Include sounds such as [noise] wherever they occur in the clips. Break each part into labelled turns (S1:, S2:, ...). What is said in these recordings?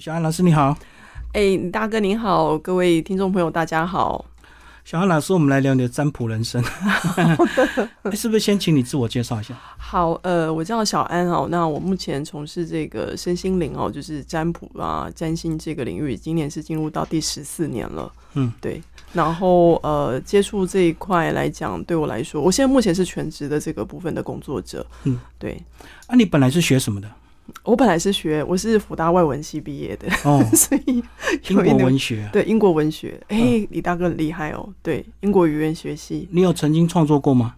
S1: 小安老师你好，
S2: 哎，大哥您好，各位听众朋友大家好。
S1: 小安老师，我们来聊你的占卜人
S2: [laughs]
S1: 生，哎是不是先请你自我介绍一下？
S2: 好，呃，我叫小安哦，那我目前从事这个身心灵哦，就是占卜啊、占星这个领域，今年是进入到第十四年了。
S1: 嗯，
S2: 对。然后呃，接触这一块来讲，对我来说，我现在目前是全职的这个部分的工作者。
S1: 嗯，
S2: 对。
S1: 啊，你本来是学什么的？
S2: 我本来是学，我是辅大外文系毕业的，
S1: 哦，
S2: [laughs] 所以
S1: 英国文学。
S2: 对英国文学，哎、
S1: 嗯
S2: 李大哥很厉害哦，对英国语言学系。
S1: 你有曾经创作过吗？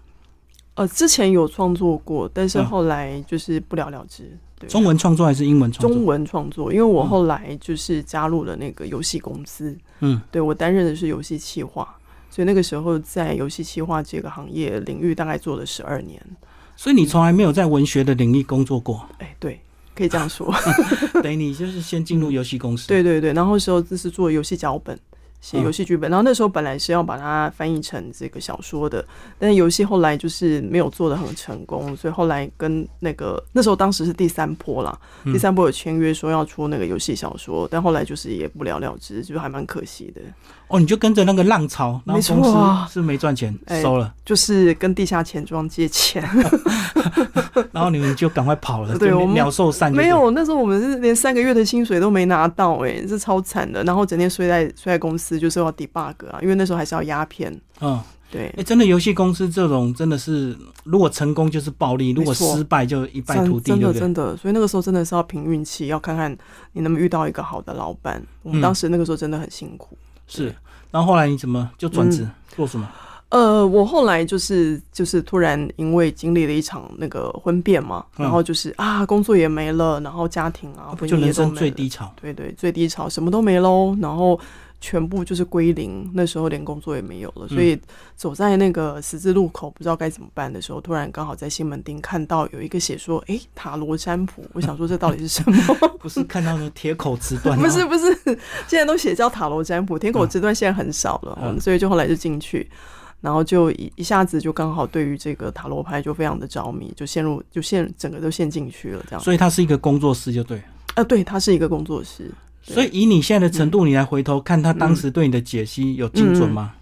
S2: 呃，之前有创作过，但是
S1: 嗯
S2: 后来就是不了了之。对，
S1: 中文创作还是英文创
S2: 中
S1: 作？
S2: 文创作，因为我后来就是加入了那个游戏公司，
S1: 嗯，
S2: 对我担任的是游戏企划，所以那个时候在游戏企划这个行业领域大概做了十二年。
S1: 所以你从来没有在文学的领域工作
S2: [laughs]
S1: 过，
S2: 哎，对，可以这样说。
S1: 等于你就是先进入游戏公司。
S2: 对对对，然后时候就是做游戏脚本。写
S1: 嗯
S2: 游戏剧本，然后那时候本来是要把它翻译成这个小说的，但是游戏后来就是没有做的很成功，所以后来跟那个那时候当时是第三波啦，
S1: 嗯
S2: 第三波有签约说要出那个游戏小说，但后来就是也不了了之，就还蛮可惜的，
S1: 哦，你就跟着那个浪潮，然
S2: 没
S1: 后
S2: 错
S1: 公
S2: 啊
S1: 司是没赚钱，
S2: 哎
S1: 收了，
S2: 就是跟地下钱庄借 [laughs] 钱，
S1: 然后你们就赶快跑
S2: [laughs]
S1: 了，
S2: 对
S1: 就
S2: 我们
S1: 鸟兽散。
S2: 没，有，那时候我们是连三个月的薪水都没拿到、哎，这超惨的，然后整天睡在睡在公司就是要 debug 啊，因为那时候还是要鸦片，
S1: 嗯，
S2: 对
S1: 哎，，真的游戏公司这种真的是，如果成功就是暴利，如果
S2: 没错
S1: 失败就一败
S2: 真
S1: 涂地，
S2: 真
S1: 对
S2: 的
S1: 不对？
S2: 真的，所以那个时候真的是要凭运气，要看看你能不能遇到一个好的老板。我
S1: 嗯
S2: 们当时那个时候真的很辛苦。
S1: 是，然后后来你怎么就转
S2: 嗯
S1: 职做什么？
S2: 呃，我后来就是就是突然因为经历了一场那个婚变嘛，
S1: 嗯
S2: 然后就是啊，工作也没了，然后家庭啊，
S1: 啊不
S2: 婚
S1: 就
S2: 姻也
S1: 人
S2: 都
S1: 生
S2: 没
S1: 最
S2: 了，
S1: 低潮？
S2: 对对，最低潮，什么都没喽，然后全部就是归零，那时候连工作也没有
S1: 嗯
S2: 了，所以走在那个十字路口不知道该怎么办的时候，突然刚好在西门町看到有一个写说，诶，塔罗占卜，我想说这到底是什么？，
S1: 不是看到那铁口直断
S2: [laughs]
S1: 啊
S2: 不是不是，现在都写叫塔罗占卜，天狗之断现在很少了，
S1: 嗯
S2: 所以就后来就进去，然后就一一下子就刚好对于这个塔罗牌就非常的着迷，就陷入就陷整个都陷进去了这样。
S1: 所以它是一个工作室，就对了。
S2: 啊，对，它是一个工作室，对嗯
S1: 所以以你现在的程度，你来回头看他当时对你的解析有精准吗？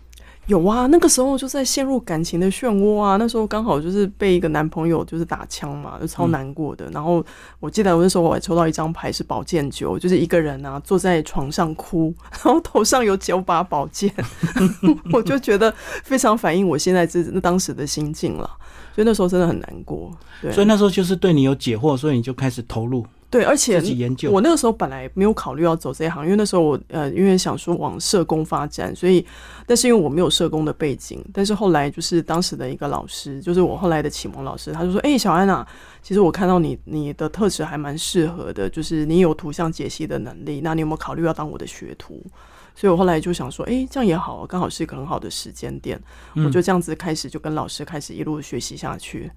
S2: 有啊，那个时候就在陷入感情的漩涡啊，那时候刚好就是被一个男朋友就是打枪嘛，就超难过的。然后我记得我那时候我还抽到一张牌是宝剑九，就是一个人啊坐在床上哭，然后头上有九把宝剑， [laughs] 我就觉得非常反映我现在这那当时的心境了。所以那时候真的很难过，对
S1: 所以那时候就是对你有解惑，所以你就开始投入
S2: 对，而且
S1: 自己研究。
S2: 我那个时候本来没有考虑要走这一行，因为那时候我呃，因为想说往社工发展，所以但是因为我没有社工的背景，但是后来就是当时的一个老师，就是我后来的启蒙老师，他就说：“哎、小安啊，其实我看到你你的特质还蛮适合的，就是你有图像解析的能力，那你有没有考虑要当我的学徒？”所以我后来就想说，哎、这样也好，刚好是一个很好的时间点，
S1: 嗯
S2: 我就这样子开始就跟老师开始一路学习下去。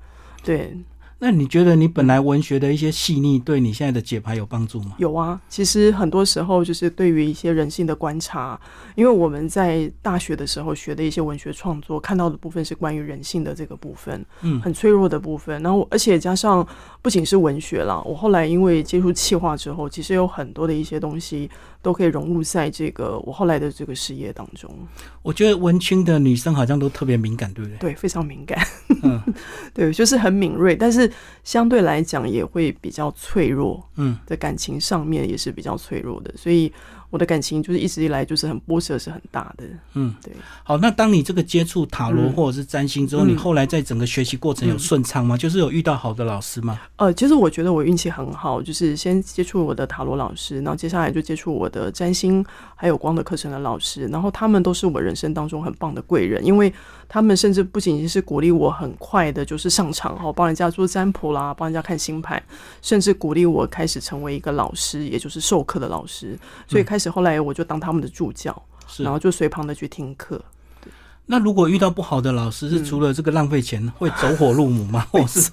S2: 对，
S1: 那你觉得你本来文学的一些细腻，对你现在的解牌有帮助吗？
S2: 有啊，其实很多时候就是对于一些人性的观察，因为我们在大学的时候学的一些文学创作，看到的部分是关于人性的这个部分，
S1: 嗯
S2: 很脆弱的部分。然后，而且加上不仅是文学啦，我后来因为接触气化之后，其实有很多的一些东西都可以融入在这个我后来的这个事业当中，
S1: 我觉得文青的女生好像都特别敏感，对不对？
S2: 对，非常敏感，
S1: 嗯
S2: [laughs] 对，就是很敏锐，但是相对来讲也会比较脆弱，
S1: 嗯，
S2: 在感情上面也是比较脆弱的，所以我的感情就是一直以来就是很波折是很大的。
S1: 嗯，
S2: 对。
S1: 好，那当你这个接触塔罗
S2: 嗯
S1: 或者是占星之后，
S2: 嗯
S1: 你后来在整个学习过程有
S2: 嗯
S1: 顺畅吗？就是有遇到好的老师吗？
S2: 呃，其实我觉得我运气很好，就是先接触我的塔罗老师，然后接下来就接触我的占星还有光的课程的老师，然后他们都是我人生当中很棒的贵人，因为他们甚至不仅仅是鼓励我很快的就是上场哦，帮人家做占卜啦，帮人家看星盘，甚至鼓励我开始成为一个老师，也就是授课的老师，所以开始后来我就当他们的助教，
S1: 是
S2: 然后就随旁的去听课。
S1: 那如果遇到不好的老
S2: 嗯
S1: 师，是除了这个浪费钱，会走火入魔吗？或是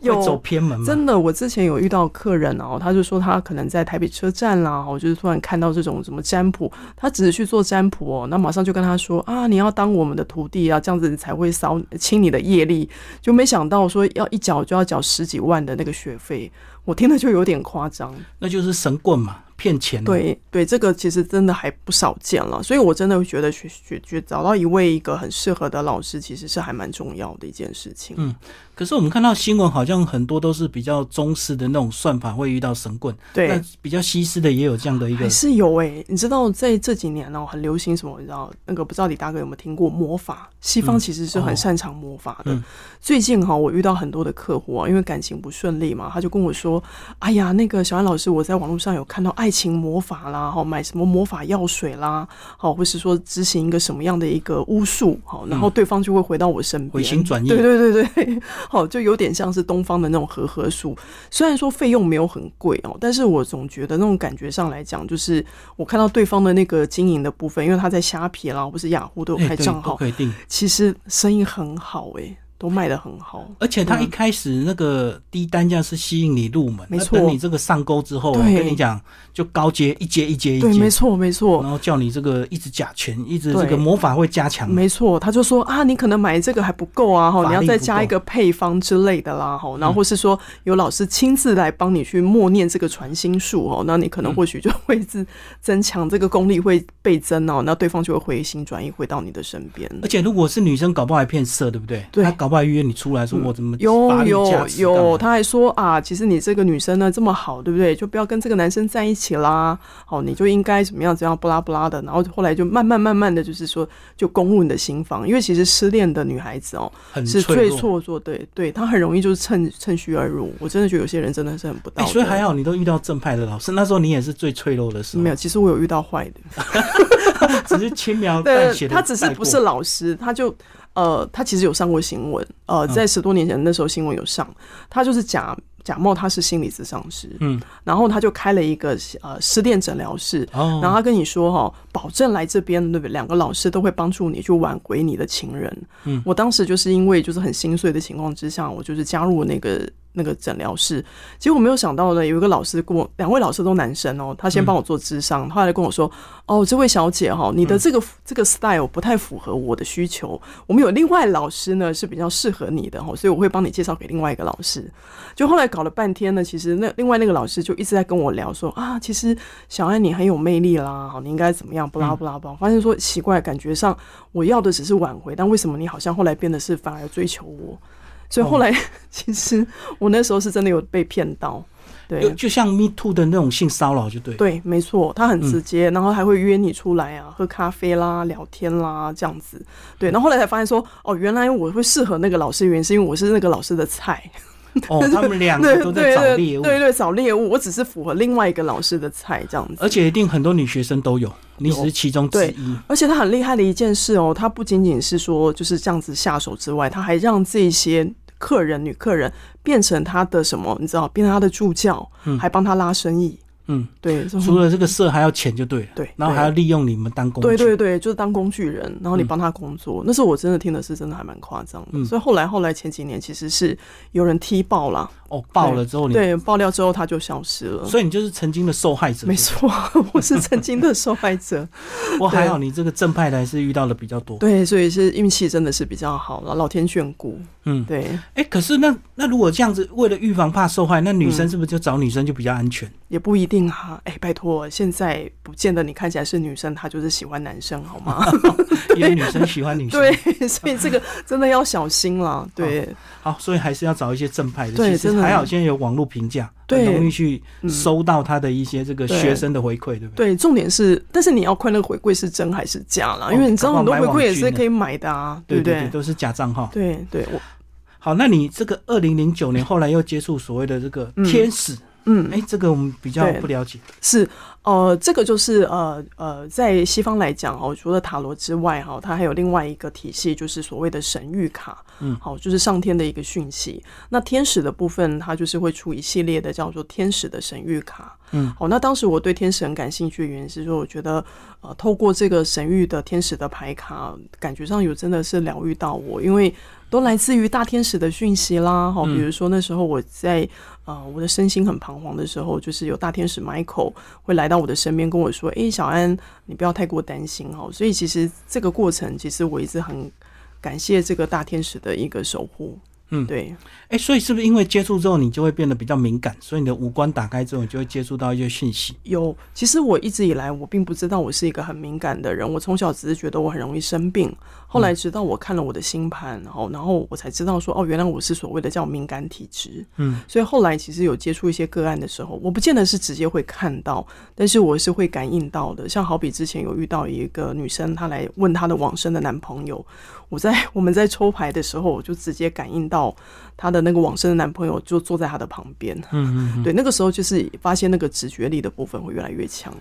S2: 有
S1: 会走偏门吗？
S2: 真的，我之前有遇到客人哦，他就说他可能在台北车站啦，我就是突然看到这种什么占卜，他只是去做占卜哦，那马上就跟他说啊，你要当我们的徒弟啊，这样子你才会扫清你的业力，就没想到说要一缴就要缴十几万的那个学费，我听了就有点夸张。
S1: 那就是神棍嘛，骗钱的，
S2: 对对，这个其实真的还不少见了，所以我真的觉得去去去找到一位一个很适合的老师，其实是还蛮重要的一件事情。
S1: 嗯可是我们看到新闻好像很多都是比较中式的那种算法会遇到神棍，那
S2: 对，
S1: 比较西式的也有这样的一个
S2: 还，是有诶、你知道在这几年呢、很流行什么？你知道那个不知道李大哥有没有听过魔法？西方
S1: 嗯
S2: 其实是
S1: 哦
S2: 很擅长魔法的。
S1: 嗯
S2: 最近哈、我遇到很多的客户啊，因为感情不顺利嘛，他就跟我说：“哎呀，那个小安老师，我在网络上有看到爱情魔法啦，哈、买什么魔法药水啦，好、或是说执行一个什么样的一个巫术，好、然后
S1: 嗯
S2: 对方就会回到我身边，
S1: 回心转意
S2: 对对对对， [laughs] 好，就有点像是东方的那种和合术，虽然说费用没有很贵哦，但是我总觉得那种感觉上来讲，就是我看到对方的那个经营的部分，因为他在虾皮啦或是雅虎都有
S1: 哎
S2: 开
S1: 对
S2: 账
S1: 都
S2: 号，
S1: 可以定。
S2: 其实生意很好诶、都卖得很好。
S1: 而且他
S2: 嗯
S1: 一开始那个低单价是吸引你入门，
S2: 没
S1: 那
S2: 错
S1: 等你这个上钩之后，我啊
S2: 对
S1: 跟你讲，就高阶一阶一阶一
S2: 对，没
S1: 阶，
S2: 错，没错
S1: 然，后叫你这个一直加钱，一直这
S2: 对
S1: 个魔法会加强。
S2: 没错。他就说啊，你可能买这个还不够啊，哈，
S1: 嗯法力
S2: 你要再
S1: 不
S2: 加
S1: 够嗯
S2: 一个配方之类的啦，哈，然后或是说有老师亲自来帮你去默念这个传心术哦，那你可
S1: 嗯
S2: 能或许就会自增强这个功力会倍增哦，那对方就会回心转意回到你的身边。
S1: 而且如果是女生，搞不好还骗色，对不对？
S2: 对
S1: 她搞不好还约你出来说
S2: 嗯
S1: 我怎么
S2: 有
S1: 法力
S2: 有
S1: 加持干嘛
S2: 有，他还说啊，其实你这个女生呢这么好，对不对？就不要跟这个男生在一起啦。哦，
S1: 嗯
S2: 你就应该怎么样怎么样，不拉不拉的。然后后来就慢慢慢慢的就是说，就攻入你的心房，因为其实失恋的女孩子哦，
S1: 很
S2: 是
S1: 脆
S2: 最
S1: 弱。
S2: 错做，对对，她很容易就是趁趁虚而入。我真的觉得有些人真的是很不道
S1: 哎，
S2: 德。
S1: 所以还好你都遇到正派的老师，那时候你也是最脆弱的时候
S2: 没，有，其实我有遇到坏的，
S1: 只是轻描淡哦写
S2: 对，
S1: 的。
S2: 他只是不是老师，他就呃，他其实有上过新闻，呃，
S1: 嗯
S2: 在十多年前那时候新闻有上，他就是假假冒他是心理咨商师，
S1: 嗯，
S2: 然后他就开了一个呃失恋诊疗室，
S1: 哦，
S2: 然后他跟你说哈、哦，保证来这边对不对？两个老师都会帮助你去挽回你的情人。
S1: 嗯
S2: 我当时就是因为就是很心碎的情况之下，我就是加入那个那个诊疗室，结果没有想到呢，有一个老师跟我，两位老师都男生哦，他先帮我做智商，后来跟我说，哦，这位小姐哈、你的这个、这个 style 不太符合我的需求，我们有另外老师呢是比较适合你的哈、所以我会帮你介绍给另外一个老师。就后来搞了半天呢，其实那另外那个老师就一直在跟我聊说啊，其实小安你很有魅力啦，好，你应该怎么样，不拉不拉不拉。发现说奇怪，感觉上我要的只是挽回，但为什么你好像后来变得是反而追求我？所以后来、 [laughs] 其实我那时候是真的有被骗到，
S1: 就
S2: 对。
S1: 就像 Me Too 的那种性骚扰，就对。
S2: [laughs] 对，没错，他很直接，然后还会约你出来啊，喝咖啡啦，聊天啦，这样子。对，然后后来才发现说，哦，原来我会适合那个老师，原因是因为我是那个老师的菜。
S1: 哦，他们两
S2: 对
S1: 个都在找猎物，
S2: 对对对，找猎物，我只是符合另外一个老师的菜这样子。
S1: 而且一定很多女学生都有，你只是其中之
S2: 对
S1: 一。嗯
S2: 而且他很厉害的一件事哦，他不仅仅是说就是这样子下手之外，他还让这些客人、女客人变成他的什么，你知道，变成他的助教，还帮他拉生意。
S1: 嗯，
S2: 对，这种
S1: 除了这个色，还要钱就对了。
S2: 对
S1: 然后
S2: 对
S1: 还要利用你们当工具。
S2: 对对对，就是当工具人，然后你帮他工作。那时候我真的听的是真的还蛮夸张的，
S1: 嗯
S2: 所以后来后来前几年其实是有人踢爆啦，
S1: 哦，爆了之后你，
S2: 对，爆料之后他就消失了。
S1: 所以你就是曾经的受害者。
S2: 没错，我是曾经的受害者。 [laughs]
S1: 对不对，我还好，你这个正派的还是遇到的比较多。
S2: 对，所以是运气真的是比较好了，老天眷顾。
S1: 嗯，
S2: 对，
S1: 哎，可是那那如果这样子，为了预防怕受害，那女生是不是就找女生就比较安
S2: [laughs]
S1: 全？
S2: 也不一定哈、哎、拜托，现在不见得你看起来是女生，她就是喜欢男生，
S1: [laughs]
S2: 好吗？ [laughs]
S1: 因为女生喜欢女生。
S2: 对，，所以这个真的要小心啦。对，
S1: 好，所以还是要找一些正派的。
S2: 对
S1: 其实
S2: 真的
S1: 还好，现在有网络评价，
S2: 对
S1: 很容易去
S2: 嗯
S1: 收到他的一些这个
S2: 对
S1: 学生的回馈，对不对？
S2: 对，重点是，但是你要看那个回馈是真还是假啦，
S1: 哦
S2: 因为你知道很多回
S1: 搞不好
S2: 馈
S1: 买
S2: 也
S1: 网
S2: 是
S1: 剧呢
S2: 可以买的啊，不
S1: 对
S2: 对？
S1: 都是假账号。
S2: 对对，我
S1: 好，那你这个二零零九年后来又接触所谓的这个
S2: 嗯
S1: 天使，
S2: 嗯
S1: 哎、这个我们比较
S2: 对
S1: 不了解。
S2: 是，呃，这个就是呃呃，在西方来讲哦，除了塔罗之外哈、它还有另外一个体系，就是所谓的神谕卡，
S1: 嗯
S2: 好、就是上天的一个讯息。那天使的部分，它就是会出一系列的叫做天使的神谕卡，
S1: 嗯
S2: 好、那当时我对天使很感兴趣的原因是说，我觉得呃，透过这个神谕的天使的牌卡，感觉上有真的是疗愈到我，因为。都来自于大天使的讯息啦，好、
S1: 嗯
S2: 比如说那时候我在呃，我的身心很彷徨的时候，就是有大天使 Michael 会来到我的身边跟我说：“诶，小安，你不要太过担心哦。”所以其实这个过程，其实我一直很感谢这个大天使的一个守护。
S1: 嗯
S2: 对，
S1: 哎、所以是不是因为接触之后，你就会变得比较敏感，所以你的五官打开之后，你就会接触到一些讯息？
S2: 有。其实我一直以来我并不知道我是一个很敏感的人，我从小只是觉得我很容易生病，后来直到我看了我的星盘，然后然后我才知道说哦，原来我是所谓的叫敏感体质。
S1: 嗯，
S2: 所以后来其实有接触一些个案的时候，我不见得是直接会看到，但是我是会感应到的。像好比之前有遇到一个女生，她来问她的往生的男朋友，我在 [laughs] 我们在抽牌的时候，我就直接感应到她的那个往生的男朋友就坐在她的旁边。
S1: 嗯嗯，
S2: 对，那个时候就是发现那个直觉力的部分会越来越强。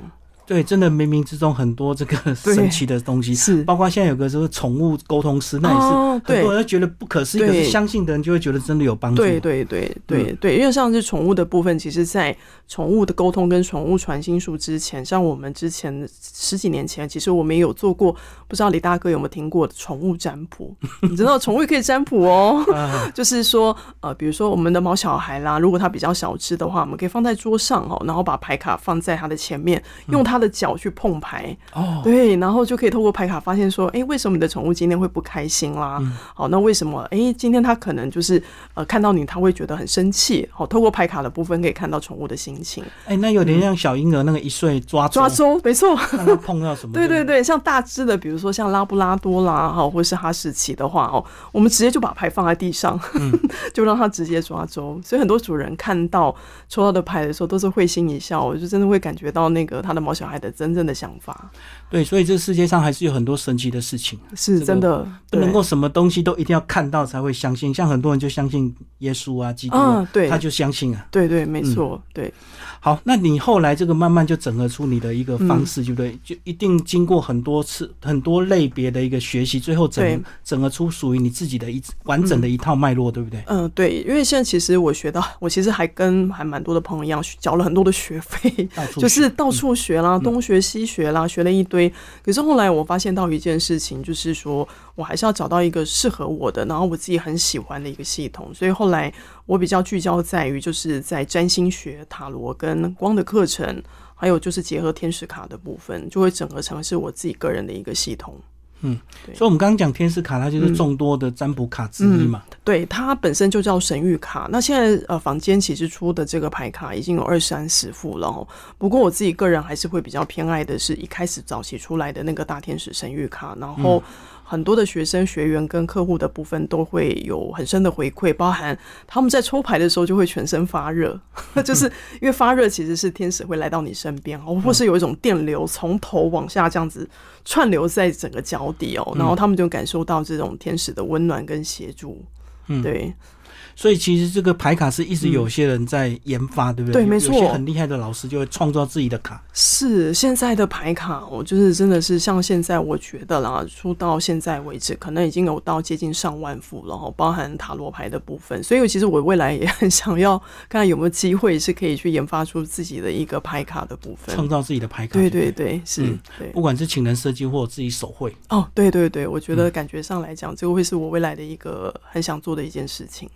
S1: 对，真的冥冥之中很多这个
S2: 对
S1: 神奇的东西，
S2: 是，
S1: 包括现在有个就是宠物沟通师，那也是。
S2: 哦、
S1: 很
S2: 对
S1: 多人都觉得不可思议，可是
S2: 对
S1: 相信的人就会觉得真的有帮助。
S2: 对对
S1: 嗯
S2: 对对对，因为像是宠物的部分，其实，在宠物的沟通跟宠物传心术之前，像我们之前十几年前，其实我们也有做过，不知道李大哥有没有听过宠物占
S1: [laughs]
S2: 卜？你知道宠物也可以占卜哦。
S1: 啊，
S2: [laughs] 就是说，呃，比如说我们的毛小孩啦，如果它比较小只的话，我们可以放在桌上哦，然后把牌卡放在它的前面，用它的脚去碰牌，
S1: 哦，
S2: 对，然后就可以透过牌卡发现说，哎，为什么你的宠物今天会不开心啦？
S1: 嗯
S2: 好，那为什么？哎，今天它可能就是呃看到你，它会觉得很生气。好，透过牌卡的部分可以看到宠物的心情。
S1: 哎、那有点像小婴儿那个一岁抓
S2: 抓
S1: 住，
S2: 周，没 [laughs] 错，
S1: 让他碰到什么？
S2: 对对
S1: 就
S2: 对，像大只的，比如说像拉布拉多啦，哈，或是哈士奇的话，哦，我们直接就把牌放在地上，
S1: 嗯
S2: [laughs] 就让它直接抓周。所以很多主人看到抽到的牌的时候，都是会心一笑，我就真的会感觉到那个他的毛小孩的真正的想法，
S1: 对，所以这世界上还是有很多神奇的事情，
S2: 是
S1: 这
S2: 真
S1: 个
S2: 的
S1: 不能
S2: 对
S1: 够什么东西都一定要看到才会相信。像很多人就相信耶稣啊、基督啊、
S2: 嗯，对，
S1: 他就相信啊。
S2: 对对，没
S1: 嗯
S2: 错，对，
S1: 好，那你后来这个慢慢就整合出你的一个方
S2: 嗯
S1: 式，对不对？就一定经过很多次、很多类别的一个学习，最后整
S2: 对
S1: 整合出属于你自己的一完整的一套脉络，对不对？
S2: 嗯、对，因为现在其实我学到，我其实还跟还蛮多的朋友一样，缴了很多的学费，
S1: 到处
S2: 就是到
S1: 嗯
S2: 处学啦，东学西学啦，学了一堆。可是后来我发现到一件事情，就是说我还是要找到一个适合我的，然后我自己很喜欢的一个系统。所以后来我比较聚焦在于就是在占星学、塔罗跟光的课程，还有就是结合天使卡的部分，就会整合成是我自己个人的一个系统。对
S1: 所以，我们刚刚讲天使卡，它就是众多的占卜卡之一嘛。
S2: 对，它本身就叫神谕卡。那现在呃，坊间其实出的这个牌卡已经有二三十副了哦。不过我自己个人还是会比较偏爱的是一开始早期出来的那个大天使神谕卡，然后很多的学生、学员跟客户的部分都会有很深的回馈，包含他们在抽牌的时候就会全身发热， [laughs] 就是因为发热其实是天使会来到你身边哦，或是有一种电流从头往下这样子串流在整个脚底哦，然后他们就感受到这种天使的温暖跟协助。
S1: 嗯
S2: 对，
S1: 所以，其实这个牌卡是一直有些人在研发，对不对？
S2: 对
S1: 有
S2: 没错
S1: 有些很厉害的老师就会创造自己的卡。
S2: 是现在的牌卡，我就是真的是像现在，我觉得啦，出到现在为止，可能已经有到接近上万副了哦，然后包含塔罗牌的部分。所以其实我未来也很想要看看有没有机会是可以去研发出自己的一个牌卡的部分。 [laughs]
S1: 创造自己的牌卡，
S2: 对对对，是，
S1: 嗯
S2: 对
S1: 不管是请人设计或者自己手绘，
S2: 哦，对对对，我觉得感觉上来讲，这个会是我未来的一个很想做的一件事情。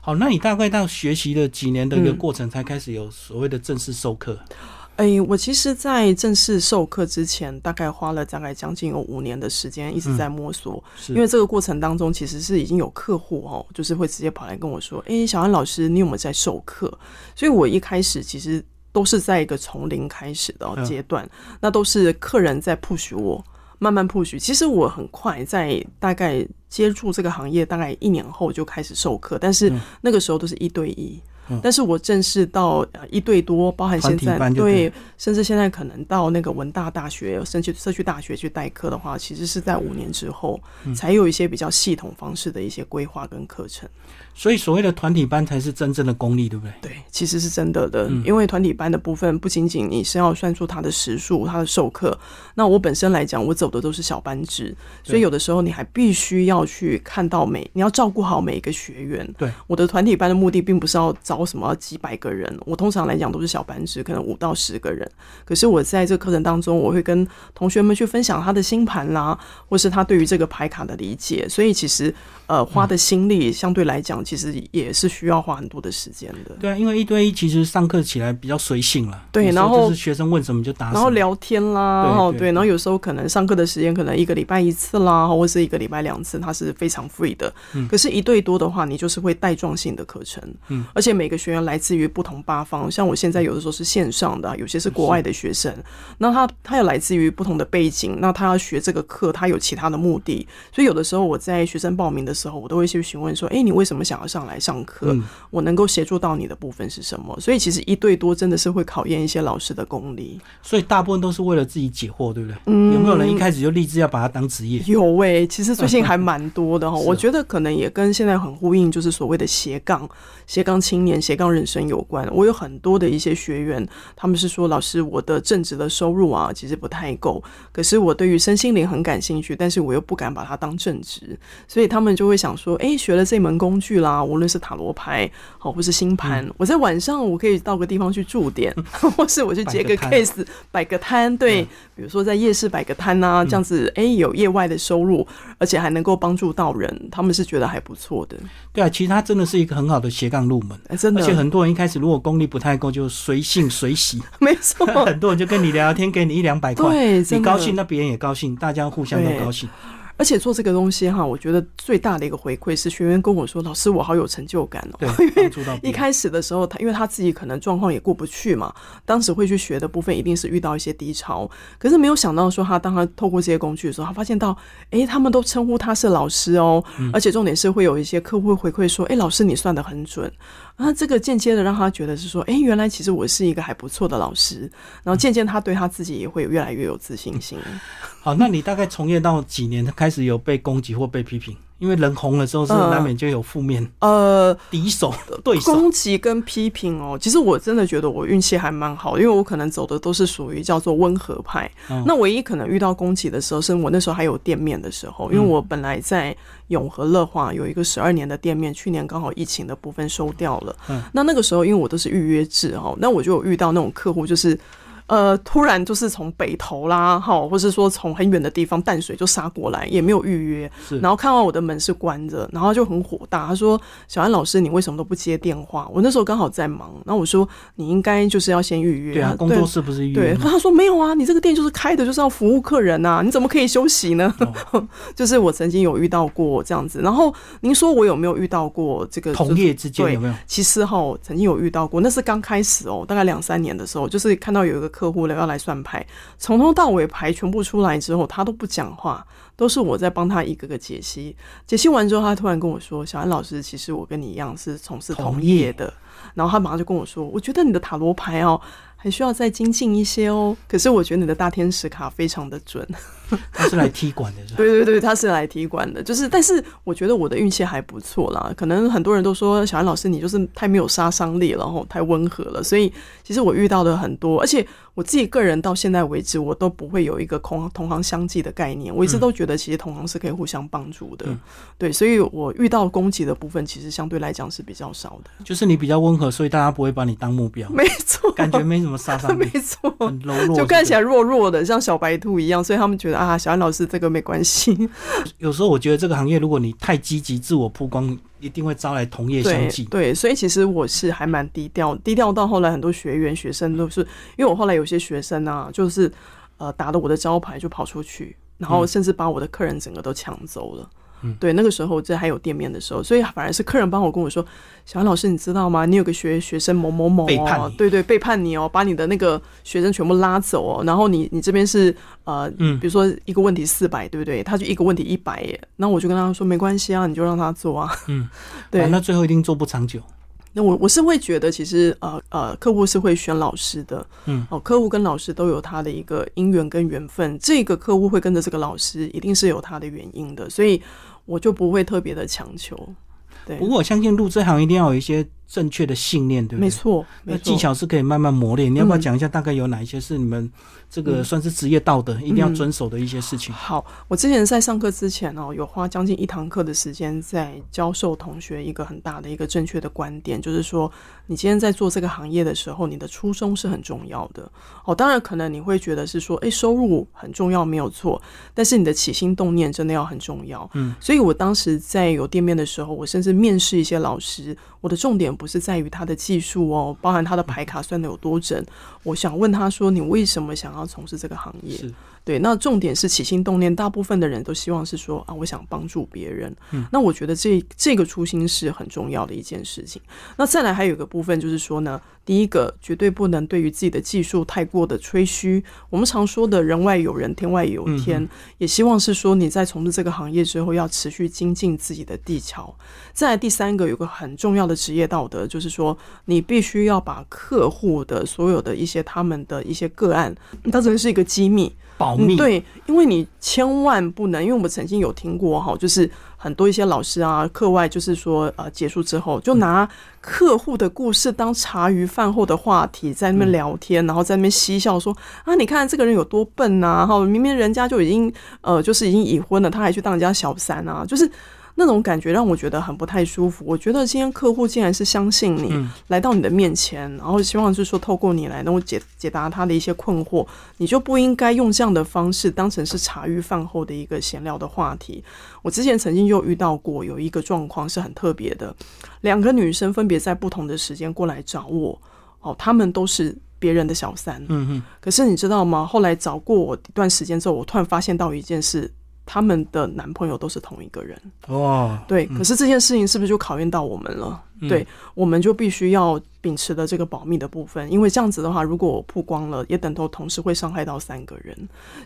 S1: 好，那你大概到学习了几年的一个
S2: 嗯
S1: 过程，才开始有所谓的正式授课？
S2: 哎，我其实，在正式授课之前，大概花了大概将近有五年的时间，一直在摸索。
S1: 是
S2: 因为这个过程当中，其实是已经有客户哦，就是会直接跑来跟我说：“诶，小安老师，你有没有在授课？”所以，我一开始其实都是在一个从零开始的哦
S1: 嗯
S2: 阶段，那都是客人在 push 我，慢慢 push。其实我很快在大概接触这个行业，大概一年后就开始授课，但是
S1: 嗯
S2: 那个时候都是一对一。
S1: 嗯
S2: 但是我正式到呃一对多，包含
S1: 团
S2: 现
S1: 体
S2: 在
S1: 班就对
S2: 对，甚至现在可能到那个文大大学，甚至社区大学去代课的话，其实是在五年之后、才有一些比较系统方式的一些规划跟课程。
S1: 所以所谓的团体班才是真正的功力，对不对？
S2: 对，其实是真的的，
S1: 嗯
S2: 因为团体班的部分不仅仅你是要算出它的时数、它的授课。那我本身来讲，我走的都是小班制，所
S1: 对
S2: 以有的时候你还必须要去看到每，你要照顾好每一个学员。
S1: 对，
S2: 我的团体班的目的并不是要找为什么要几百个人？我通常来讲都是小班制，可能五到十个人。可是我在这个课程当中，我会跟同学们去分享他的星盘啦，或是他对于这个牌卡的理解。所以其实呃，
S1: 嗯
S2: 花的心力相对来讲，其实也是需要花很多的时间的。
S1: 对啊，因为一对一其实上课起来比较随性了。
S2: 对
S1: 有时候
S2: 然后
S1: 就是学生问什么就答啊什么。
S2: 然后聊天啦，
S1: 对
S2: 哦
S1: 对
S2: 对，然后有时候可能上课的时间可能一个礼拜一次啦，或是一个礼拜两次，它是非常 free 的。可是，一对多的话，你就是会带状性的课程，
S1: 嗯，
S2: 而且每个学员来自于不同八方，像我现在有的时候是线上的，有些是国外的学生，那他他也来自于不同的背景，那他要学这个课，他有其他的目的，所以有的时候我在学生报名的时候，我都会去询问说，哎，你为什么想要上来上课？
S1: 嗯
S2: 我能够协助到你的部分是什么？所以其实一对多真的是会考验一些老师的功力。
S1: 所以大部分都是为了自己解惑，对不对？嗯，有没有人一开始就立志要把它当职业？
S2: 嗯有喂、其实最近还蛮多的哈，
S1: [laughs] 是啊
S2: 我觉得可能也跟现在很呼应，就是所谓的斜杠、斜杠青年、斜杠人生有关。我有很多的一些学员，他们是说，老师，我的正职的收入啊，其实不太够，可是我对于身心灵很感兴趣，但是我又不敢把它当正职，所以他们就会想说，诶，学了这门工具啦，无论是塔罗牌，好，或是星盘，
S1: 嗯
S2: 我在晚上我可以到个地方去
S1: [laughs]
S2: 驻点，或是我去接
S1: 摆
S2: 个
S1: 个摊嗯
S2: case，摆个摊，对，比如说在夜市摆个摊呐、这样子，诶，有业外的收入，而且还能够帮助到人，他们是觉得还不错的，
S1: 对啊，其实它真的是一个很好的斜杠入门。
S2: 哎真
S1: 而且
S2: 的，
S1: 很多人一开始如果功力不太够，就随性随喜，
S2: [laughs] 没错，
S1: [laughs] 很多人就跟你聊聊天，给你一两百块，
S2: 对，
S1: 你
S2: 真的
S1: 高兴，那别人也高兴，大家互相都
S2: 对
S1: 高兴。
S2: 而且做这个东西哈，我觉得最大的一个回馈是学员跟我说：“老师，我好有成就感哦。”
S1: 对，帮助到别人。
S2: 一开始的时候，他因为他自己可能状况也过不去嘛，当时会去学的部分一定是遇到一些低潮，可是没有想到说他当他透过这些工具的时候，他发现到，诶，他们都称呼他是老师哦，而且重点是会有一些客户会回馈说，诶，老师你算得很准，那这个间接的让他觉得是说，诶，原来其实我是一个还不错的老师，然后渐渐他对他自己也会越来越有自信心。
S1: 好，那你大概从业到几年开始有被攻击或被批评？因为人红了之后是难免就有负面
S2: 呃，
S1: 敌手、对啊手。
S2: 攻击跟批评哦，其实我真的觉得我运气还蛮好，因为我可能走的都是属于叫做温和派。
S1: 嗯
S2: 那唯一可能遇到攻击的时候，是我那时候还有店面的时
S1: 嗯
S2: 候，因为我本来在永和乐化有一个十二年的店面，去年刚好疫情的部分收掉了。
S1: 嗯
S2: 那那个时候因为我都是预约制哦，那我就有遇到那种客户就是。呃，突然就是从北投啦，哈，或是说从很远的地方淡水就杀过来，也没有预约，
S1: 是
S2: 然后看到我的门是关着，然后就很火大，他说：“小安老师，你为什么都不接电话？”我那时候刚好在忙，然后我说：“你应该就是要先预约。”
S1: 对啊，工作室不是预
S2: 对，
S1: 约吗？
S2: 他说没有啊，你这个店就是开的，就是要服务客人啊呐、你怎么可以休息呢？
S1: 哦
S2: [laughs] 就是我曾经有遇到过这样子，然后您说我有没有遇到过这个
S1: 同业之间
S2: 对
S1: 有没有？
S2: 其实哈，曾经有遇到过，那是刚开始哦，大概两三年的时候，就是看到有一个客户要来算牌，从头到尾牌全部出来之后，他都不讲话，都是我在帮他一个个解析。解析完之后，他突然跟我说：“小安老师，其实我跟你一样是从事同业的。”然后他马上就跟我说：“我觉得你的塔罗牌哦，还需要再精进一些哦。可是我觉得你的大天使卡非常的准。”
S1: 他是来踢馆的，是吧？
S2: 对对对，他是来踢馆的，就是，但是我觉得我的运气还不错啦。可能很多人都说小安老师你就是太没有杀伤力了，然后太温和了，所以其实我遇到的很多，而且我自己个人到现在为止，我都不会有一个同同行相忌的概念。我一
S1: 嗯
S2: 直都觉得其实同行是可以互相帮助的，对，所以我遇到攻击的部分，其实相对来讲是比较少的。 [laughs]
S1: 就是你比较温和，所以大家不会把你当目标，
S2: 没错，
S1: 感觉没什么杀伤
S2: 没
S1: 力，
S2: 错。
S1: 嗯很柔弱。
S2: 就看起
S1: 来，
S2: 来弱弱的，像小白兔一样，所以他们觉得啊，小安老师这个没关系。
S1: 有时候我觉得这个行业，如果你太积极、自我曝光，一定会招来同业相
S2: 对
S1: 忌。
S2: 对，所以其实我是还蛮低调，低调到后来很多学员、学生都是，因为我后来有些学生啊，就是呃打了我的招牌就跑出去，
S1: 嗯
S2: 然后甚至把我的客人整个都抢走了。对，那个时候这还有店面的时候，所以反而是客人帮我跟我说：“小安老师，你知道吗？你有个学学生某某某、哦、
S1: 背叛你
S2: 对对，背叛你哦，把你的那个学生全部拉走哦。然后你你这边是呃，
S1: 嗯
S2: 比如说一个问题四百，对不对？他就一个问题一百耶。那我就跟他说没关系啊，你就让他做啊。
S1: 嗯，
S2: 对
S1: 啊，那最后一定做不长久。
S2: 那我我是会觉得，其实呃呃，客户是会选老师的，
S1: 嗯，
S2: 哦，客户跟老师都有他的一个因缘跟缘分，这个客户会跟着这个老师，一定是有他的原因的，所以我就不会特别的强求，对
S1: 不过我相信入这行一定要有一些正确的信念，对不对？
S2: 没错，
S1: 那
S2: 没
S1: 技
S2: 错。
S1: 巧是可以慢慢磨练。你要不要
S2: 嗯
S1: 讲一下，大概有哪一些是你们这个
S2: 嗯
S1: 算是职业道德、一定要
S2: 嗯
S1: 遵守的一些事情？
S2: 好，我之前在上课之前哦，有花将近一堂课的时间在教授同学一个很大的一个正确的观点，就是说，你今天在做这个行业的时候，你的初衷是很重要的。哦，当然可能你会觉得是说，诶，收入很重要没有错，但是你的起心动念真的要很重要。
S1: 嗯，
S2: 所以我当时在有店面的时候，我甚至面试一些老师，我的重点不是在于他的技术哦，包含他的牌卡算的有多准，我想问他说，你为什么想要从事这个行业？
S1: 是
S2: 对，那重点是起心动念，大部分的人都希望是说啊，我想帮助别人。那我觉得这这个初心是很重要的一件事情。那再来还有一个部分就是说呢，第一个绝对不能对于自己的技术太过的吹嘘。我们常说的人外有人，天外有天，也希望是说你在从事这个行业之后，要持续精进自己的技巧。再来第三个有个很重要的职业道德，就是说你必须要把客户的所有的一些他们的一些个案当成是一个机密。
S1: 保
S2: 嗯，
S1: 密，
S2: 对，因为你千万不能，因为我们曾经有听过哈，就是很多一些老师啊，课外就是说呃结束之后就拿客户的故事当茶余饭后的话题，在
S1: 嗯
S2: 那边聊天，然后在那边嬉笑说啊，你看这个人有多笨呐、啊，哈，明明人家就已经呃就是已经已婚了，他还去当人家小三啊，就是。那种感觉让我觉得很不太舒服。我觉得今天客户竟然是相信你，
S1: 嗯
S2: 来到你的面前，然后希望是说透过你来能够解解答他的一些困惑，你就不应该用这样的方式当成是茶余饭后的一个闲聊的话题。我之前曾经就遇到过有一个状况是很特别的，两个女生分别在不同的时间过来找我，哦，她们都是别人的小三，
S1: 嗯嗯，
S2: 可是你知道吗？后来找过我一段时间之后，我突然发现到一件事，她们的男朋友都是同一个人。
S1: 哇，
S2: 对，可是这件事情是不是就考验到我们了？对，我们就必须要秉持的这个保密的部分，因为这样子的话，如果我曝光了，也等同同时会伤害到三个人，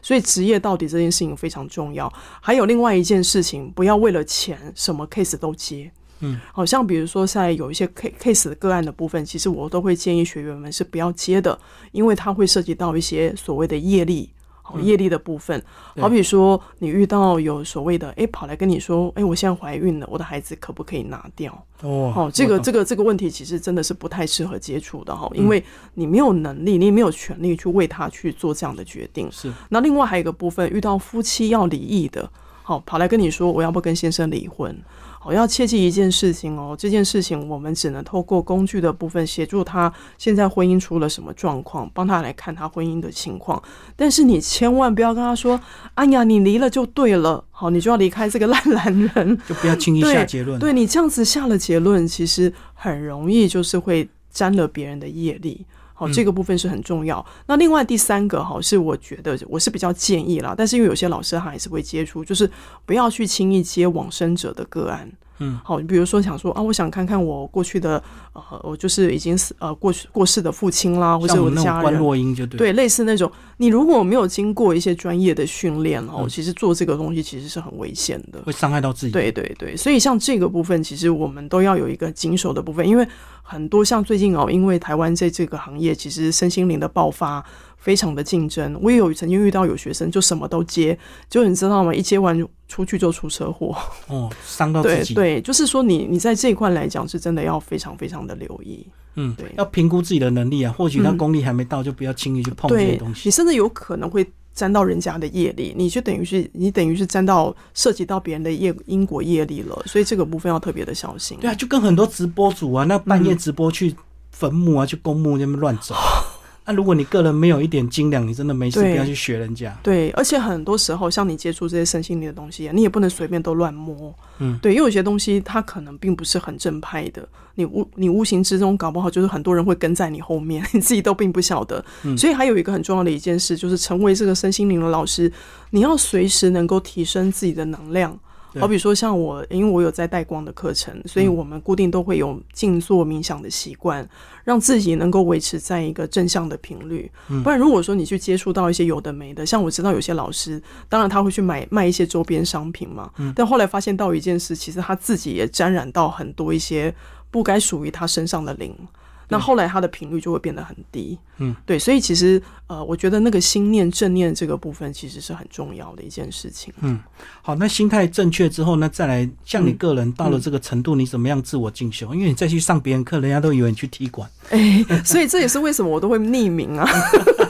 S2: 所以职业到底这件事情非常重要。还有另外一件事情，不要为了钱什么 case 都接。
S1: 嗯，
S2: 好像比如说在有一些 ca- case 的个案的部分，其实我都会建议学员们是不要接的，因为它会涉及到一些所谓的业力。好，业力的部分，
S1: 对
S2: 好比说你遇到有所谓的，诶，跑来跟你说，诶，我现在怀孕了，我的孩子可不可以拿掉？
S1: 哦
S2: 哦，这个
S1: 我懂嗯
S2: 这个这个问题其实真的是不太适合接触的哈，因为你没有能力，你也没有权利去为他去做这样的决定。
S1: 是
S2: 那另外还有一个部分，遇到夫妻要离异的，好、跑来跟你说我要不要跟先生离婚，好、要切记一件事情哦，这件事情我们只能透过工具的部分协助他，现在婚姻出了什么状况，帮他来看他婚姻的情况，但是你千万不要跟他说，哎呀，你离了就对了，好，你就要离开这个烂男人，
S1: 就不要轻易
S2: 对
S1: 下结论，
S2: 对你这样子下了结论，其实很容易就是会沾了别人的业力。好，
S1: 嗯
S2: 这个部分是很重要。那另外第三个哈，是我觉得我是比较建议啦，但是因为有些老师他还是会接触，就是不要去轻易接往生者的个案。
S1: 嗯，
S2: 好，你比如说想说啊，我想看看我过去的呃，我就是已经死呃过去过世的父亲啦，或
S1: 像
S2: 者
S1: 我
S2: 我
S1: 们
S2: 的
S1: 那
S2: 家
S1: 种关
S2: 人，
S1: 落音就对，
S2: 对，类似那种，你如果没有经过一些专业的训练哦，
S1: 嗯
S2: 其实做这个东西其实是很危险的。
S1: 会伤害到自己，
S2: 对对对，所以像这个部分，其实我们都要有一个谨守的部分，因为很多像最近哦，因为台湾在这个行业其实身心灵的爆发。非常的竞争，我也有曾经遇到有学生就什么都接，结果你知道吗？一接完就出去就出车祸。
S1: 哦，伤到
S2: 对
S1: 自己，
S2: 对，就是说你你在这一块来讲，是真的要非常非常的留意。
S1: 嗯
S2: 对，
S1: 要评估自己的能力啊，或许他
S2: 嗯
S1: 功力还没到，就不要轻易去碰这些
S2: 对
S1: 东，
S2: 你
S1: 西。
S2: 甚至有可能会沾到人家的业力，你就等于是你等于是沾到涉及到别人的业因果业力了，所以这个部分要特别的小心。
S1: 对啊，就跟很多直播主
S2: 嗯
S1: 啊，那半夜直播去坟墓啊，去公墓那边乱
S2: [laughs]
S1: 走。那如果你个人没有一点斤两，你真的没事，不
S2: 对
S1: 要去学人家。
S2: 对，而且很多时候，像你接触这些身心灵的东西，啊你也不能随便都乱摸。
S1: 嗯，
S2: 对，因为有些东西它可能并不是很正派的，你无你无形之中搞不好就是很多人会跟在你后面， [laughs] 你自己都并不晓得。
S1: 嗯
S2: 所以还有一个很重要的一件事，就是成为这个身心灵的老师，你要随时能够提升自己的能量。
S1: 对嗯
S2: 好比说像我，因为我有在带光的课程，所以我们固定都会有静坐冥想的习惯，让自己能够维持在一个正向的频率。不然如果说你去接触到一些有的没的，像我知道有些老师，当然他会去买卖一些周边商品嘛，但后来发现到一件事，其实他自己也沾染到很多一些不该属于他身上的灵。那后来它的频率就会变得很低。
S1: 嗯，
S2: 对，所以其实呃，我觉得那个心念正念这个部分其实是很重要的一件事情。
S1: 好，那心态正确之后呢，再来像你
S2: 嗯
S1: 个人到了这个程度，你怎么样自我进修？因为你再去上别人课，人家都以为你去踢馆。
S2: 哎、 [laughs] 所以这也是为什么我都会匿名啊。 [laughs]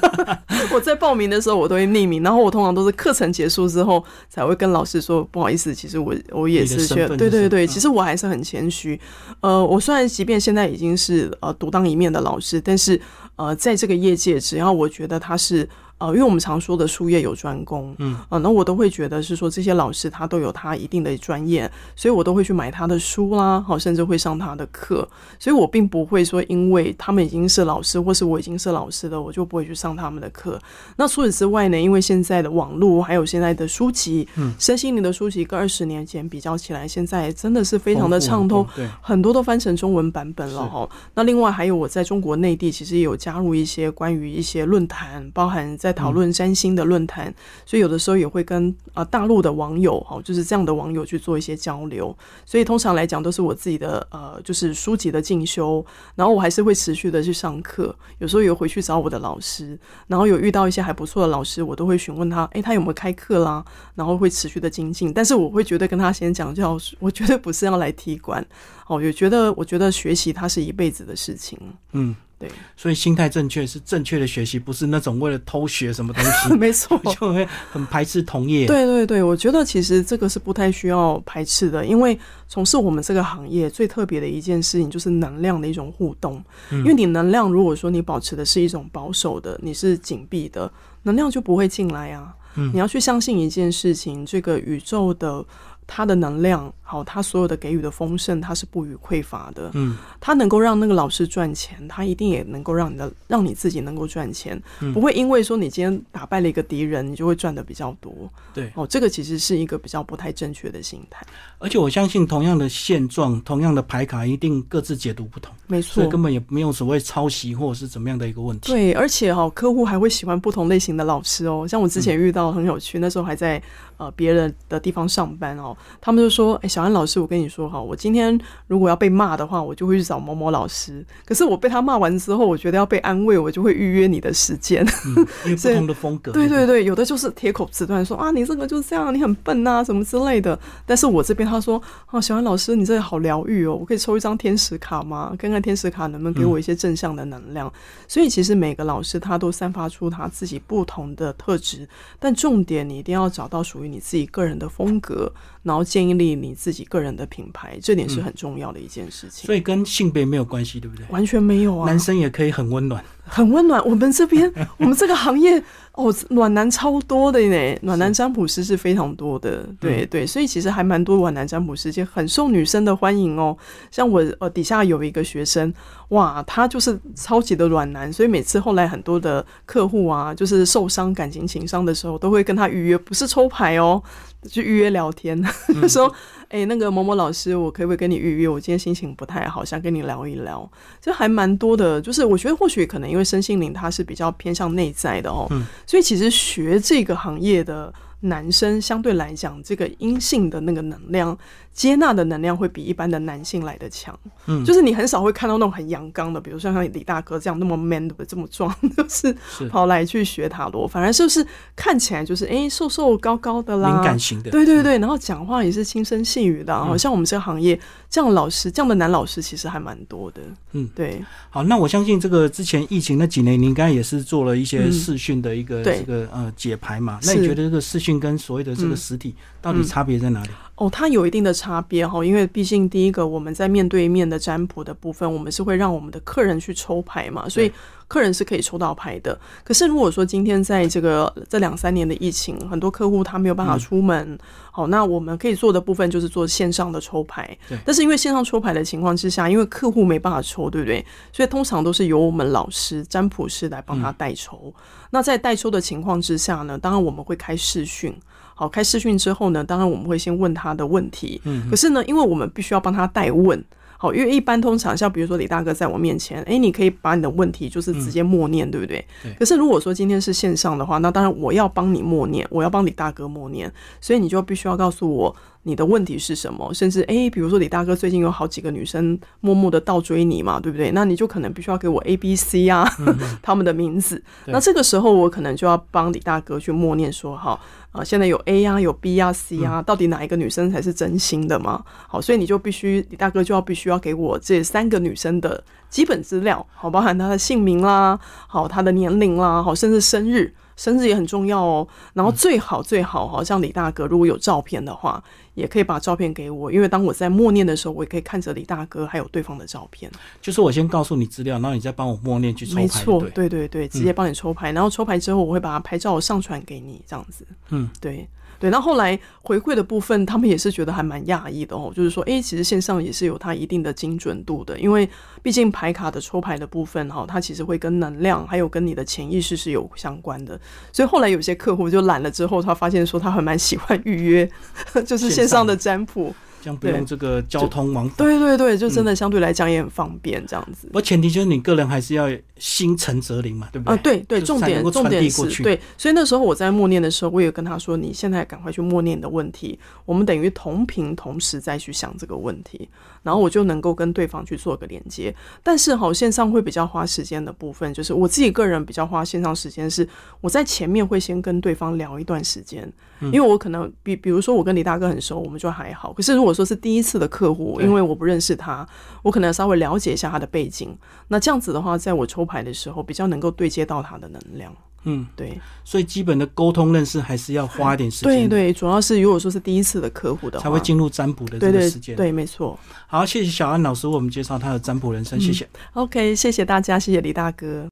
S2: 我在报名的时候，我都会匿名，然后我通常都是课程结束之后才会跟老师说，不好意思，其实我我也
S1: 你
S2: 是
S1: 的身
S2: 学，
S1: 份
S2: 对
S1: 就是
S2: 对对，
S1: 嗯
S2: 其实我还是很谦虚。呃，我虽然即便现在已经是呃独当一面的老师，但是呃，在这个业界，只要我觉得他是呃，因为我们常说的术业有专攻，
S1: 嗯，
S2: 呃，那我都会觉得是说这些老师他都有他一定的专业，所以我都会去买他的书啦，好，甚至会上他的课，所以我并不会说因为他们已经是老师，或是我已经是老师了，我就不会去上他们的课。那除此之外呢，因为现在的网络还有现在的书籍，嗯，身心灵的书籍跟二十年前比较起来，现在真的是非常的畅通
S1: 丰，富很多。对，
S2: 很多都翻成中文版本了
S1: 是
S2: 哈。那另外还有我在中国内地其实也有加入一些关于一些论坛，包含在讨论占星的论坛，所以有的时候也会跟啊、呃大陆的网友哈，就是这样的网友去做一些交流。所以通常来讲都是我自己的呃，就是书籍的进修，然后我还是会持续的去上课，有时候也回去找我的老师，然后有遇到一些还不错的老师，我都会询问他，诶，他有没有开课啦？然后会持续的精进，但是我会绝对跟他先讲，就要我绝对不是要来踢馆。哦，也觉得我觉得学习它是一辈子的事情，
S1: 嗯，
S2: 对，
S1: 所以心态正确是正确的学习，不是那种为了偷学什么东
S2: [laughs]
S1: 西，
S2: 没错。
S1: 就会很排斥同业。，
S2: 哦对对对，我觉得其实这个是不太需要排斥的，因为从事我们这个行业最特别的一件事情就是能量的一种互动。
S1: 嗯
S2: 因为你能量如果说你保持的是一种保守的，你是紧闭的，能量就不会进来啊。
S1: 嗯
S2: 你要去相信一件事情，这个宇宙的它的能量，好，它所有的给予的丰盛，它是不予匮乏的。
S1: 嗯，
S2: 他能够让那个老师赚钱，他一定也能够让你的让你自己能够赚钱，不会因为说你今天打败了一个敌人，你就会赚的比较多。
S1: 对。
S2: 哦，这个其实是一个比较不太正确的心态，
S1: 而且我相信，同样的现状，同样的牌卡，一定各自解读不同，
S2: 没
S1: 所
S2: 错
S1: 以。根本也没有所谓抄袭或者是怎么样的一个问题。
S2: 对，而且哈、哦客户还会喜欢不同类型的老师哦。像我之前遇到很有趣，那时候还在呃别人的地方上班哦，他们就说：“哎、小安老师，我跟你说哈、我今天如果要被骂的话，我就会去找某某老师。可是我被他骂完之后，我觉得要被安慰，我就会预约你的时间。”
S1: 嗯，因为不同的风格。
S2: 对
S1: 不
S2: 对对，有的就是铁口直断说啊，你这个就是这样，你很笨呐、什么之类的。但是我这边他说啊，小安老师，你这个好疗愈哦，我可以抽一张天使卡吗？看看天使卡能不能
S1: 嗯
S2: 给我一些正向的能量。所以其实每个老师他都散发出他自己不同的特质，但重点你一定要找到属于你自己个人的风格，然后建立你自己个人的品牌，这点是很重要的一件事情。
S1: 嗯所以跟性别没有关系，对不对？
S2: 完全没有啊，
S1: 男生也可以很温暖。
S2: 很温暖。我们这边， [laughs] 我们这个行业哦，暖男超多的呢，暖男占卜师是非常多的，对对，所以其实还蛮多暖男占卜师，就很受女生的欢迎哦。像我呃底下有一个学生，哇，他就是超级的暖男，所以每次后来很多的客户啊，就是受伤感情情伤的时候，都会跟他预约，不是抽牌哦，去预约聊天，就 [laughs] 说。哎、那个某某老师，我可不可以跟你预约？我今天心情不太好，想跟你聊一聊。就还蛮多的，就是我觉得或许可能因为身心灵它是比较偏向内在的哦，
S1: 嗯
S2: 所以其实学这个行业的男生相对来讲，这个阴性的那个能量接纳的能量会比一般的男性来的强。
S1: 嗯
S2: 就是你很少会看到那种很阳刚的，比如说像李大哥这样那么 man 的这么壮， [laughs] 就是
S1: 是
S2: 跑来去学塔罗，反而就是看起来就是哎、瘦瘦高高的啦，
S1: 敏感型的，
S2: 对对对，然后讲话也是轻声细语的、啊，好、像我们这个行业这样的老师，这样的男老师其实还蛮多的。
S1: 嗯
S2: 对，
S1: 好，那我相信这个之前疫情那几年，你应该也是做了一些视讯的一个
S2: 嗯
S1: 这
S2: 对
S1: 个、呃解牌嘛？
S2: 是
S1: 那你觉得这个视讯跟所谓的这个
S2: 嗯
S1: 实体到底差别在哪里？
S2: 哦，它有一定的差别哈，因为毕竟第一个我们在面对面的占卜的部分，我们是会让我们的客人去抽牌嘛，所以客人是可以抽到牌的。可是如果说今天在这个这两三年的疫情，很多客户他没有办法出门，好，那我们可以做的部分就是做线上的抽牌
S1: 对。
S2: 但是因为线上抽牌的情况之下，因为客户没办法抽，对不对？所以通常都是由我们老师占卜师来帮他代抽。那在代抽的情况之下呢，当然我们会开视讯。好，开视讯之后呢，当然我们会先问他的问题。嗯，可是呢，因为我们必须要帮他代问。好，因为一般通常像比如说李大哥在我面前，诶，你可以把你的问题就是直接默念，对不对？
S1: 嗯对
S2: 可是如果说今天是线上的话，那当然我要帮你默念，我要帮李大哥默念，所以你就必须要告诉我你的问题是什么，甚至诶，比如说李大哥最近有好几个女生默默的倒追你嘛，对不对？那你就可能必须要给我 A、B、C 啊， [laughs] 他们的名字。
S1: 嗯对
S2: 那这个时候我可能就要帮李大哥去默念说，好，啊，现在有 A 啊，有 B 啊，C 啊，到底哪一个女生才是真心的嘛？好，所以你就必须，李大哥就要必须要给我这三个女生的基本资料，好，包含她的姓名啦，好，她的年龄啦，好，甚至生日，生日也很重要哦。然后最好最好，好像李大哥如果有照片的话，也可以把照片给我，因为当我在默念的时候，我也可以看着李大哥还有对方的照片。
S1: 就是我先告诉你资料，然后你再帮我默念去抽
S2: 没
S1: 牌就
S2: 错
S1: 对，，嗯
S2: 对对对，直接帮你抽牌，然后抽牌之后，我会把拍照上传给你，这样子。
S1: 嗯，
S2: 对对。那后来回馈的部分，他们也是觉得还蛮讶异的哦，就是说，诶，其实线上也是有它一定的精准度的，因为毕竟牌卡的抽牌的部分哈、它其实会跟能量还有跟你的潜意识是有相关的。所以后来有些客户就懒了之后，他发现说他还蛮喜欢预约， [laughs] 就是线上的占卜。
S1: 这样不用这个交通往返。
S2: 对对对，就
S1: 嗯
S2: 真的相对来讲也很方便这样子。
S1: 不过前提就是你个人还是要心诚则灵嘛，对不对？
S2: 啊，对对，
S1: 就是
S2: 重
S1: 才能
S2: 点
S1: 够
S2: 重
S1: 传
S2: 点
S1: 递过
S2: 是
S1: 去
S2: 对，所以那时候我在默念的时候，我也跟他说，你现在赶快去默念你的问题，我们等于同频同时再去想这个问题，然后我就能够跟对方去做个连接。但是好，线上会比较花时间的部分，就是我自己个人比较花线上时间，是我在前面会先跟对方聊一段时间，
S1: 嗯
S2: 因为我可能比比如说我跟李大哥很熟，我们就还好。可是如果说是第一次的客户，
S1: 对
S2: 因为我不认识他，我可能稍微了解一下他的背景。那这样子的话，在我抽牌的时候比较能够对接到他的能量。
S1: 嗯，
S2: 对
S1: 所以基本的沟通认识还是要花一点时
S2: 对
S1: 间，
S2: 对，主要是如果说是第一次的客户的话，
S1: 才会进入占卜的
S2: 对
S1: 这个
S2: 对
S1: 时间。
S2: 对，没错。嗯
S1: 好，谢谢小安老师为我们介绍他的占卜人生，谢谢。
S2: OK，谢谢大家，谢谢李大哥。